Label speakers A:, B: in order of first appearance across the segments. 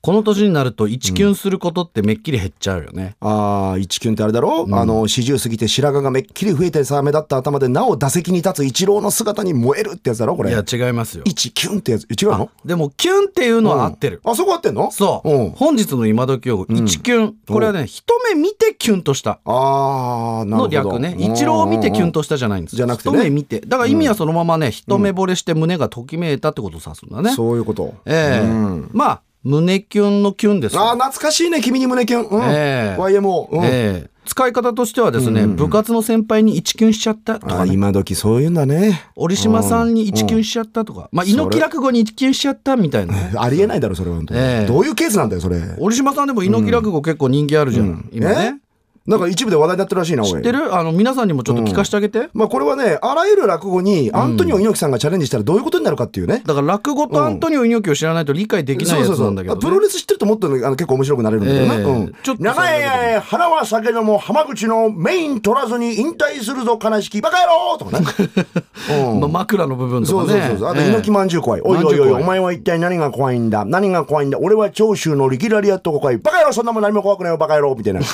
A: この年になると1キュンすることってめっきり減っちゃうよね。
B: ああ、一キュンってあれだろ、あの、四十過ぎて白髪がめっきり増えてさ、目立った頭で、なお打席に立つ一郎の姿に燃えるってやつだろこ
A: い
B: れ
A: や。違いますよ。
B: 一キュンってやつ。違うの
A: でもキュンっていうのは合ってる。
B: あそこ合ってんの
A: そう、
B: うん
A: 本日の今時用語、一キュン。これはね、一目見てキュンとした。
B: ああ、なる
A: の
B: ほど。
A: 略ね。一郎を見てキュン
B: と。
A: としたじゃないんです。
B: じゃなくてね
A: 一目見て。だから意味はそのままね、一目惚れして胸がときめいたってことを指すんだね。
B: そういうこと。
A: ええ
B: うん
A: まあ、胸キュンのキュンですよ。
B: ああ、懐かしいね、君に胸キュン。うん。
A: ええ
B: YMO。うん。
A: ええ使い方としてはですね、部活の先輩に一キュンしちゃったと
B: あ
A: か
B: ー
A: ね、
B: 今時そういうんだね。
A: 折島さんに一キュンしちゃったとか、まあ、
B: れ
A: 猪木落語に一キュンしちゃったみたいなね。
B: ありえないだろ、それは本当に。
A: ええ
B: どういうケースなんだよ、それ。
A: 折島さんでも猪木落語結構人気あるじゃん、今ね。
B: なんか一部で話題になってるらしいな、おい
A: 知ってるあの、皆さんにもちょっと聞かせてあげて。
B: まあこれはね、あらゆる落語にアントニオ猪木さんがチャレンジしたらどういうことになるかっていうね。
A: だから落語とアントニオ猪木を知らないと理解できないやつなんだけど、ね。
B: プロレス知ってると思ったらあの結構面白くなれるんだけどね。
A: ええ
B: うん
A: ちょっと
B: 長いえー腹は酒のも浜口のメイン取らずに引退するぞ悲しきバカ野郎と かね。うん
A: まあ、枕の部分
B: そ
A: と
B: う
A: か
B: そう
A: ね。
B: そうそう。あと、
A: ええ
B: 猪木まんじゅう怖い。おいおいお
A: まんじゅう
B: い、
A: 怖い
B: お前は一体何が怖いんだ何が怖いんだ俺は長州の力ラリアットが怖い。バカ野郎、そんなもん何も怖くないよ、バカ野郎 みたいな。う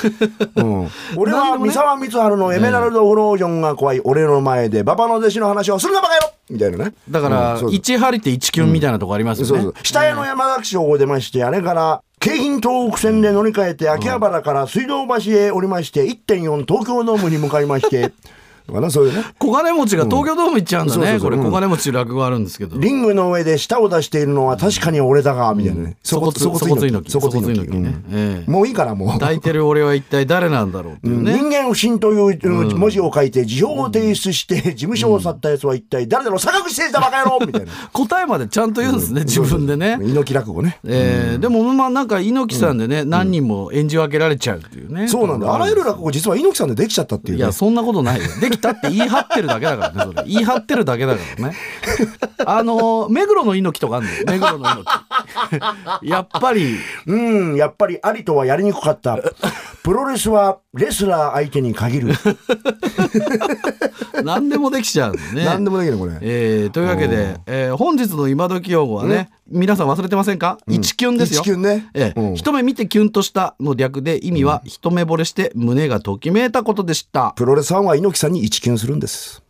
B: ん。俺は三沢光晴のエメラルド・フロージョンが怖い。俺の前で、ババの弟子の話をするな、バカ野郎みたいなね。
A: だから、
B: うんそうそう
A: 一張りって一キュンみたいなとこありますよね。
B: そうそう。下屋の山崎町を出まして、あれから、京浜東北線で乗り換えて、秋葉原から水道橋へ降りまして、1.4東京ドームに向かいま して、とかな、そういうね。
A: 小金持ちが東京ドーム行っちゃうんだね。
B: うんそうそう
A: こ
B: そうう
A: れ、
B: ん
A: 小金持ち落語あるんですけど。
B: リングの上で舌を出しているのは確かに俺だが、みたいなね。
A: そこつ、そこついのき。そ
B: そ
A: こ
B: こ
A: つ
B: つ
A: い
B: い
A: の
B: の
A: き
B: き
A: ね。ええ
B: もういいから、もう。
A: 抱いてる俺は一体誰なんだろうっていうね。
B: 人間不信という文字を書いて辞表を提出して事務所を去った奴は一体誰だろう坂口誠二だバカ野郎みたいな。
A: 答えまでちゃんと言うんですね、 自分でね。
B: 猪木落語ね。
A: ええでも、まあ、なんか猪木さんでね、何人も演じ分けられちゃうっていうね。
B: そうなんだ。あらゆる落語実は猪木さんでできちゃったっていう
A: い
B: ね
A: や、。そんなことないよ。できたって言い張ってるだけだからね、それ。言い張ってるだけだから ね。あの、目黒の猪木とかあるんだよ。目黒の猪 木。やっぱり、
B: うん、やっぱりありとはやりにくか った。プロレスはレスラー相手に限る。
A: 何でもできちゃうんだね。
B: 何でもできるこれ。
A: えーというわけで、えー本日の今時用語はね、皆さん忘れてませんか、一キュンですよ。
B: 一キュンね
A: えー
B: うん
A: 一目見てキュンとしたの略で意味は、一目惚れして胸がときめいたことでした。
B: プロレスファンは猪木さんに一キュンするんです。